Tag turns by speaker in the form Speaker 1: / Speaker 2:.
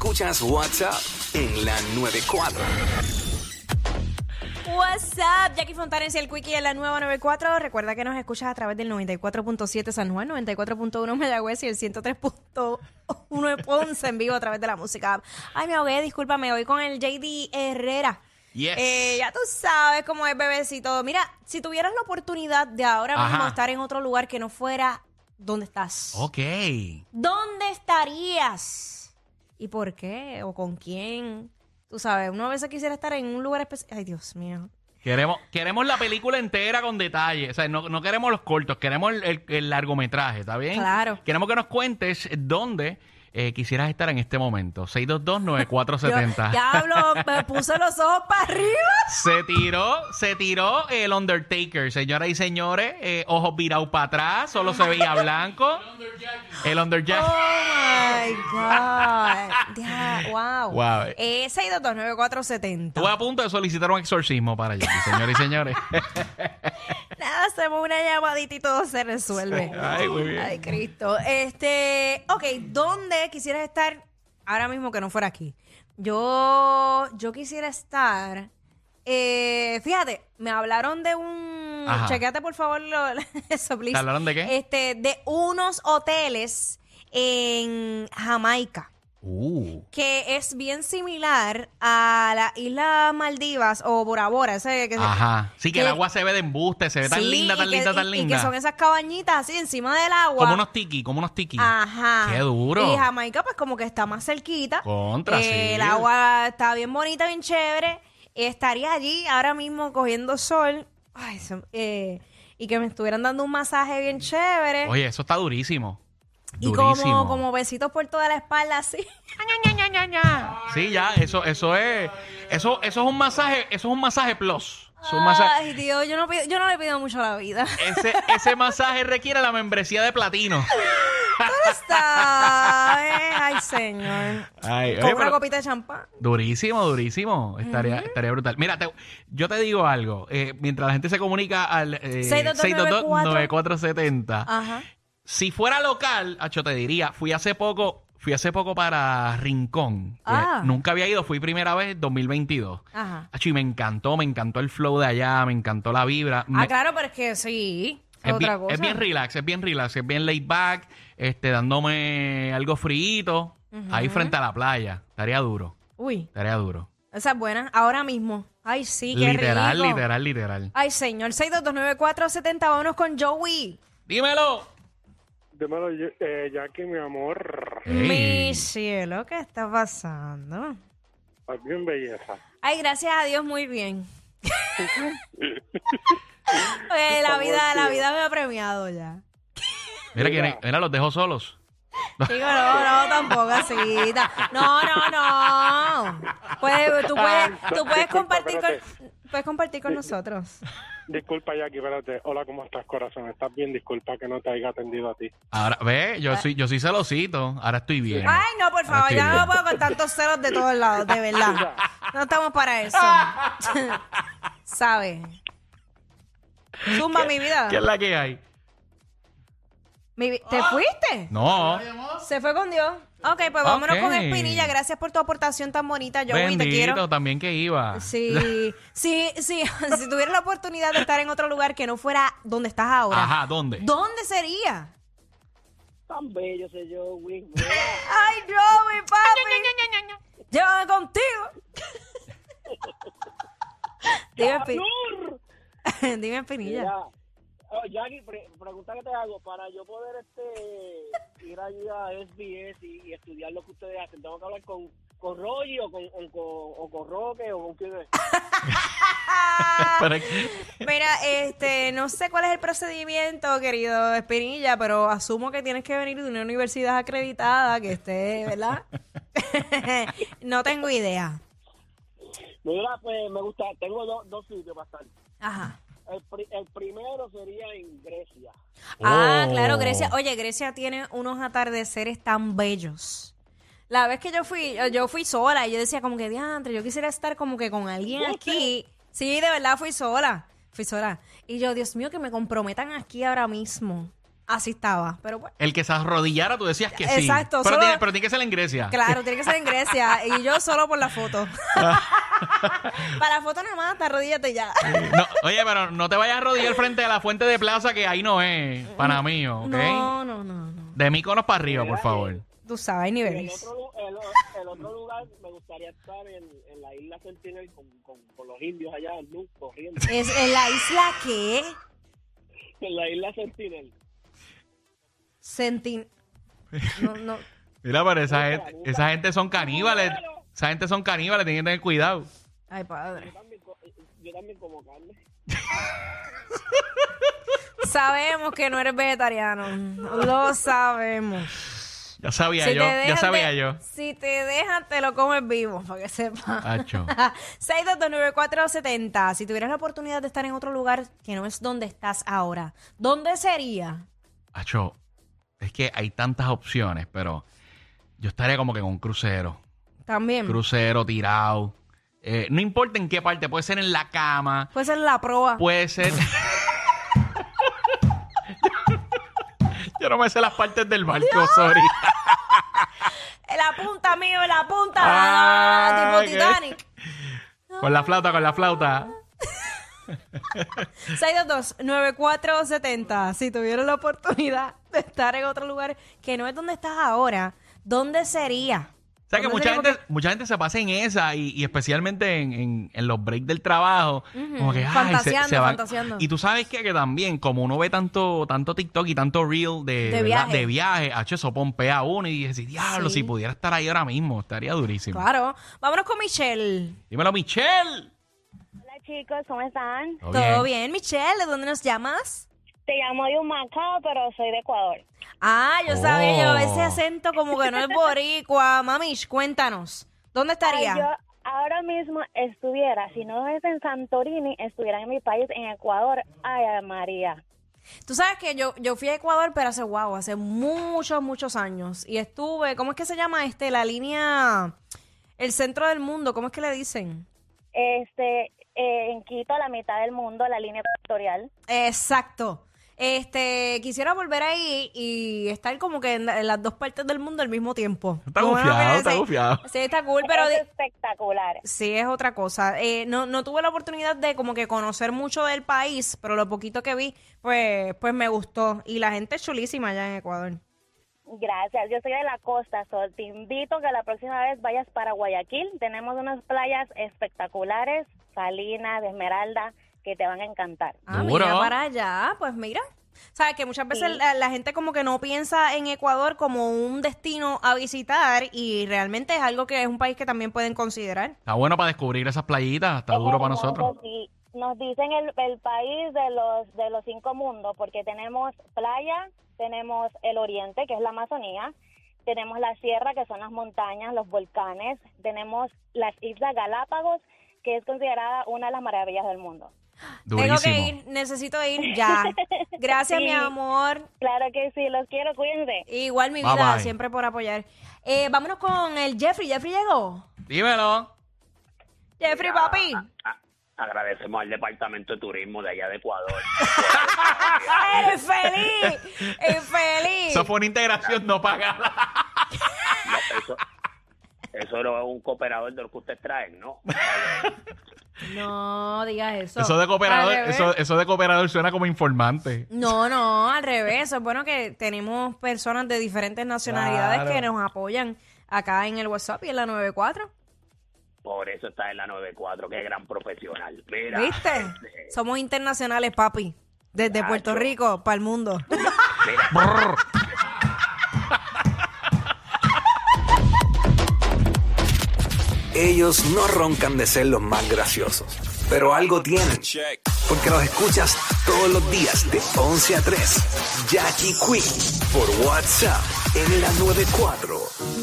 Speaker 1: Escuchas WhatsApp en la 94.
Speaker 2: What's up, Jackie Fontanes y el Quickie en la nueva 94. Recuerda que nos escuchas a través del 94.7 San Juan, 94.1 Mayagüez y el 103.1 de Ponce en vivo a través de la música. app. Ay, me ahogué, discúlpame, hoy con el JD Herrera.
Speaker 3: Yes.
Speaker 2: Eh, ya tú sabes cómo es bebecito. Mira, si tuvieras la oportunidad de ahora
Speaker 3: Ajá. Oh.
Speaker 2: mismo estar en otro lugar que no fuera donde estás,
Speaker 3: Ok.
Speaker 2: ¿dónde estarías? ¿Y por qué? ¿O con quién? Tú sabes, uno a veces quisiera estar en un lugar especial. Ay, Dios mío.
Speaker 3: Queremos, queremos la película entera con detalle. O sea, no, no queremos los cortos, queremos el, el- el largometraje, ¿está bien?
Speaker 2: Claro.
Speaker 3: Queremos que nos cuentes dónde eh, quisieras estar en este momento.
Speaker 2: Yo-
Speaker 3: 6229470.
Speaker 2: Diablo, me puse los ojos para arriba.
Speaker 3: se tiró, se tiró el Undertaker, señoras y señores. eh, ojos virados para atrás, solo se veía blanco. el Undertaker.
Speaker 2: Oh my Oh God. Ya, wow.
Speaker 3: Wow.
Speaker 2: Eh, 6229470.
Speaker 3: Estuve a punto de solicitar un exorcismo para allá, señoras y señores.
Speaker 2: Nada, hacemos una llamadita y todo se resuelve.
Speaker 3: Ay, muy bien.
Speaker 2: Ay, Cristo. Este, ok, ¿dónde quisieras estar ahora mismo que no fuera aquí? Yo, yo quisiera estar. eh, fíjate, me hablaron de un.
Speaker 3: Ajá.
Speaker 2: Chequéate por favor lo- eso, please.
Speaker 3: ¿Te hablaron de qué?
Speaker 2: Este, de unos hoteles en Jamaica
Speaker 3: Uh.
Speaker 2: que es bien similar a la isla Maldivas o Bora Bora, ese que se-
Speaker 3: Ajá. Sí, que el
Speaker 2: que-
Speaker 3: agua se ve de embuste, se ve tan
Speaker 2: Sí,
Speaker 3: linda, tan
Speaker 2: y que-
Speaker 3: linda, tan
Speaker 2: y-
Speaker 3: linda.
Speaker 2: Y que son esas cabañitas así encima del agua.
Speaker 3: Como unos tiki, como unos tiki.
Speaker 2: Ajá.
Speaker 3: Qué duro.
Speaker 2: Y Jamaica, pues como que está más cerquita. Eh,
Speaker 3: Contra, sí.
Speaker 2: El agua está bien bonita, bien chévere. Estaría allí ahora mismo cogiendo sol. Ay, se- eh, y que me estuvieran dando un masaje bien chévere.
Speaker 3: Oye, eso está durísimo.
Speaker 2: y
Speaker 3: durísimo.
Speaker 2: como, como besitos por toda la espalda, así.
Speaker 3: Sí, ya, eso, eso es. Eso, eso es un masaje, eso es un masaje plus. Eso es un masaje-
Speaker 2: Ay, Dios, yo no, pido- yo no le pido mucho a la vida.
Speaker 3: ese, ese masaje requiere la membresía de platino.
Speaker 2: Está, eh, Ay, señor.
Speaker 3: Ay,
Speaker 2: Con una copita de champán.
Speaker 3: Durísimo, durísimo. Estaría, estaría brutal. Mira, te- yo te digo algo. Eh, mientras la gente se comunica al eh,
Speaker 2: 622-9470.
Speaker 3: 622-9470.
Speaker 2: Ajá.
Speaker 3: Si fuera local, Acho, te diría, fui hace poco, fui hace poco para Rincón.
Speaker 2: Ah.
Speaker 3: Eh, Nunca había ido, fui primera vez en 2022.
Speaker 2: Ajá.
Speaker 3: Acho, y me encantó, me encantó el flow de allá, me encantó la vibra.
Speaker 2: Ah,
Speaker 3: Me-
Speaker 2: claro, pero es que sí. Es,
Speaker 3: es,
Speaker 2: otra
Speaker 3: bien,
Speaker 2: cosa.
Speaker 3: es bien relax, es bien relax, es bien laid back, este, dándome algo frito ahí frente a la playa. Estaría duro,
Speaker 2: Uy,
Speaker 3: estaría duro.
Speaker 2: esa es buena. Ahora mismo. Ay, sí, qué
Speaker 3: literal,
Speaker 2: rico.
Speaker 3: literal, literal.
Speaker 2: Ay, señor. 6229470. Vámonos con Joey.
Speaker 3: ¡Dímelo!
Speaker 4: Dímelo, yo- eh, Jackie, mi amor.
Speaker 3: Ey.
Speaker 2: Mi cielo, ¿qué está pasando?
Speaker 4: Estás bien belleza.
Speaker 2: Ay, gracias a Dios, muy bien. Oye, la
Speaker 4: favor,
Speaker 2: vida, la
Speaker 4: tío.
Speaker 2: vida me ha premiado ya.
Speaker 3: Mira, quién es- mira, los dejo solos.
Speaker 2: Digo, no, no, tampoco así. ta- No, no, no. Puedes, tú puedes, tú puedes
Speaker 4: Ah, Disculpa,
Speaker 2: compartir con,
Speaker 4: espérate.
Speaker 2: puedes compartir con nosotros.
Speaker 4: Disculpa, Jackie, espérate. Hola, ¿cómo estás, corazón? ¿Estás bien? Disculpa que no te haya atendido a ti.
Speaker 3: Ahora, ve, yo soy, yo soy celosito, ahora estoy bien.
Speaker 2: Ah. Ay, no, por favor,
Speaker 3: Ahora estoy
Speaker 2: ya
Speaker 3: bien.
Speaker 2: no puedo con tantos celos de todos lados, de verdad. No estamos para eso. ¿Sabes? Zumba mi vida.
Speaker 3: ¿Qué es la que hay?
Speaker 2: Mi vi- ¿Te fuiste?
Speaker 3: No.
Speaker 2: Se fue con Dios. Ok, pues vámonos
Speaker 3: Ok.
Speaker 2: con Espinilla. Gracias por tu aportación tan bonita, Joey.
Speaker 3: Bendito,
Speaker 2: Te quiero.
Speaker 3: también que iba.
Speaker 2: Sí, sí, sí. si tuviera la oportunidad de estar en otro lugar que no fuera donde estás ahora,
Speaker 3: Ajá, ¿dónde?
Speaker 2: ¿dónde sería?
Speaker 5: Tan bello sé yo, Win.
Speaker 2: Ay, Joey, papi. Llévame contigo. Dime, Espi- Dime, Espinilla.
Speaker 5: Mira, oh, Jackie, pre- pregunta que te hago. Para yo poder este, ir allí a SBS y, y estudiar lo que ustedes hacen, ¿tengo que hablar con, con Roy o con, o con, o con Roque o con quién es?
Speaker 3: Pero es que-
Speaker 2: Ah, Mira, este, no sé cuál es el procedimiento, querido Espinilla, pero asumo que tienes que venir de una universidad acreditada que esté, ¿verdad? no tengo idea.
Speaker 5: Mira, pues me gusta. Tengo dos dos sitios para estar.
Speaker 2: Ajá.
Speaker 5: El, pri- el primero sería en Grecia.
Speaker 2: Ah,
Speaker 3: Oh.
Speaker 2: claro, Grecia. Oye, Grecia tiene unos atardeceres tan bellos. La vez que yo fui, yo fui sola y yo decía como que diantre, yo quisiera estar como que con alguien aquí. Sí, de verdad fui sola, fui sola. Y yo, Dios mío, que me comprometan aquí ahora mismo así estaba. Pero bueno.
Speaker 3: El que se arrodillara, tú decías que sí.
Speaker 2: Exacto,
Speaker 3: Pero,
Speaker 2: solo-
Speaker 3: tiene, pero tiene que ser en Grecia.
Speaker 2: Claro, tiene que ser en Grecia. Y yo solo por la foto. Para la foto nomás, te arrodíllate y ya.
Speaker 3: No, oye, pero no te vayas a arrodillar frente a la fuente de plaza, que ahí no es, para mí, ¿ok?
Speaker 2: No, no, no, no.
Speaker 3: De Míconos para arriba, por favor.
Speaker 2: Tú sabes, hay
Speaker 5: El
Speaker 2: niveles.
Speaker 5: otro, lu- el, o- el otro lugar me gustaría estar en, en la isla Sentinel con, con, con los indios allá, nu, corriendo.
Speaker 2: ¿Es en la isla que
Speaker 5: En la isla Sentinel.
Speaker 2: Sentin... No, no.
Speaker 3: Mira, pero esa gente, esa gente son caníbales. Esa gente son caníbales, tienen que tener cuidado.
Speaker 2: Ay, padre.
Speaker 5: También co- eh, Yo también como carne.
Speaker 2: Sabemos que no eres vegetariano. Lo sabemos.
Speaker 3: Ya sabía
Speaker 2: Si
Speaker 3: yo,
Speaker 2: te
Speaker 3: ya
Speaker 2: dejan,
Speaker 3: sabía
Speaker 2: te-
Speaker 3: yo.
Speaker 2: Si te dejan, te lo comes vivo, para que sepas.
Speaker 3: Acho.
Speaker 2: 6229470. Si tuvieras la oportunidad de estar en otro lugar que no es donde estás ahora, ¿dónde sería?
Speaker 3: Acho, es que hay tantas opciones, pero yo estaría como que con un crucero.
Speaker 2: También.
Speaker 3: Crucero tirado. Eh, no importa en qué parte, puede ser en la cama,
Speaker 2: Puede ser la proa.
Speaker 3: puede ser. yo no me sé las partes del barco, sorry.
Speaker 2: La punta, mío, la punta.
Speaker 3: Ah,
Speaker 2: Ah,
Speaker 3: ok.
Speaker 2: tipo Titanic.
Speaker 3: Con la flauta, con la flauta.
Speaker 2: 6229470. Si tuvieras la oportunidad de estar en otro lugar que no es donde estás ahora, ¿dónde sería?
Speaker 3: O sea que
Speaker 2: ¿Dónde
Speaker 3: mucha
Speaker 2: sería?
Speaker 3: gente, mucha gente se pasa en esa y, y especialmente en, en- en los breaks del trabajo. Como que, ay, se-
Speaker 2: Fantaseando,
Speaker 3: se van.
Speaker 2: fantaseando.
Speaker 3: Y tú sabes que, que también, como uno ve tanto, tanto TikTok y tanto reel de,
Speaker 2: De
Speaker 3: ¿verdad?
Speaker 2: viaje.
Speaker 3: de viaje, hacho, eso pompea a uno y dices, diablo,
Speaker 2: Sí.
Speaker 3: si pudiera estar ahí ahora mismo, estaría durísimo.
Speaker 2: Claro. Vámonos con Michelle.
Speaker 3: Dímelo, Michelle.
Speaker 6: Hola chicos, ¿cómo están?
Speaker 2: ¿Todo bien, Michelle? ¿De dónde nos llamas?
Speaker 6: Te llamo de Humacao, pero soy de Ecuador.
Speaker 2: Ah, yo sabía, yo
Speaker 3: Oh.
Speaker 2: ese acento como que no es boricua. Mamish, cuéntanos, ¿dónde estaría?
Speaker 6: Ay, yo ahora mismo estuviera, si no es en Santorini, estuviera en mi país, en Ecuador. Ay, Ave María.
Speaker 2: Tú sabes que yo, yo fui a Ecuador, pero hace guau, hace muchos, muchos años. Y estuve, ¿cómo es que se llama este? La línea, el centro del mundo, ¿cómo es que le dicen?
Speaker 6: Este, eh, en Quito, a la mitad del mundo, la línea ecuatorial.
Speaker 2: Exacto. Este, quisiera volver ahí y estar como que en, la- en las dos partes del mundo al mismo tiempo.
Speaker 3: Está
Speaker 2: Como una
Speaker 3: gufiado,
Speaker 2: cosa
Speaker 3: está
Speaker 2: así.
Speaker 3: gufiado.
Speaker 2: Sí, está cool, pero...
Speaker 6: es
Speaker 2: di-
Speaker 6: espectacular.
Speaker 2: Sí, es otra cosa. Eh, no, no tuve la oportunidad de como que conocer mucho del país, pero lo poquito que vi, pues, pues me gustó. Y la gente es chulísima allá en Ecuador.
Speaker 6: Gracias, yo soy de la costa, Sol. Te invito que la próxima vez vayas para Guayaquil. Tenemos unas playas espectaculares, Salinas, de Esmeralda, que te van a encantar.
Speaker 2: Ah,
Speaker 3: Duro.
Speaker 2: mira para allá, pues mira. Sabes que muchas veces la, la gente como que no piensa en Ecuador como un destino a visitar y realmente es algo que es un país que también pueden considerar.
Speaker 3: Está bueno para descubrir esas playitas, está
Speaker 6: Es
Speaker 3: duro para
Speaker 6: hermoso,
Speaker 3: nosotros.
Speaker 6: sí. Nos dicen el, el país de los, de los cinco mundos, porque tenemos playa, tenemos el oriente, que es la Amazonía, tenemos la sierra, que son las montañas, los volcanes, tenemos las Islas Galápagos, que es considerada una de las maravillas del mundo.
Speaker 3: Durísimo.
Speaker 2: Tengo que ir, necesito ir ya. Gracias,
Speaker 6: Sí.
Speaker 2: mi amor.
Speaker 6: Claro que sí, los quiero, cuídense.
Speaker 2: Igual mi
Speaker 3: Bye,
Speaker 2: vida,
Speaker 3: bye.
Speaker 2: siempre por apoyar. Eh, vámonos con el Jeffrey. Jeffrey llegó.
Speaker 3: Dímelo.
Speaker 2: Jeffrey, papi.
Speaker 7: Ah, agradecemos al Departamento de Turismo de allá de Ecuador.
Speaker 2: ¡Eres feliz! ¡Eres feliz!
Speaker 3: Eso fue una integración no pagada.
Speaker 7: Eso, eso no es un cooperador de lo que usted trae, ¿no?
Speaker 2: No digas eso.
Speaker 3: Eso de cooperador,
Speaker 2: Al revés.
Speaker 3: eso, eso de cooperador suena como informante.
Speaker 2: No, no, al revés. Eso Es bueno que tenemos personas de diferentes nacionalidades
Speaker 3: Claro.
Speaker 2: que nos apoyan acá en el WhatsApp y en la 94.
Speaker 7: Por eso está en la 94, qué gran profesional. Mira,
Speaker 2: ¿Viste? Somos internacionales, papi. Desde Puerto Rico para el mundo.
Speaker 3: Brr.
Speaker 1: Ellos no roncan de ser los más graciosos, pero algo tienen. Porque los escuchas todos los días de 11 a 3. Jackie Quinn por WhatsApp en la 94.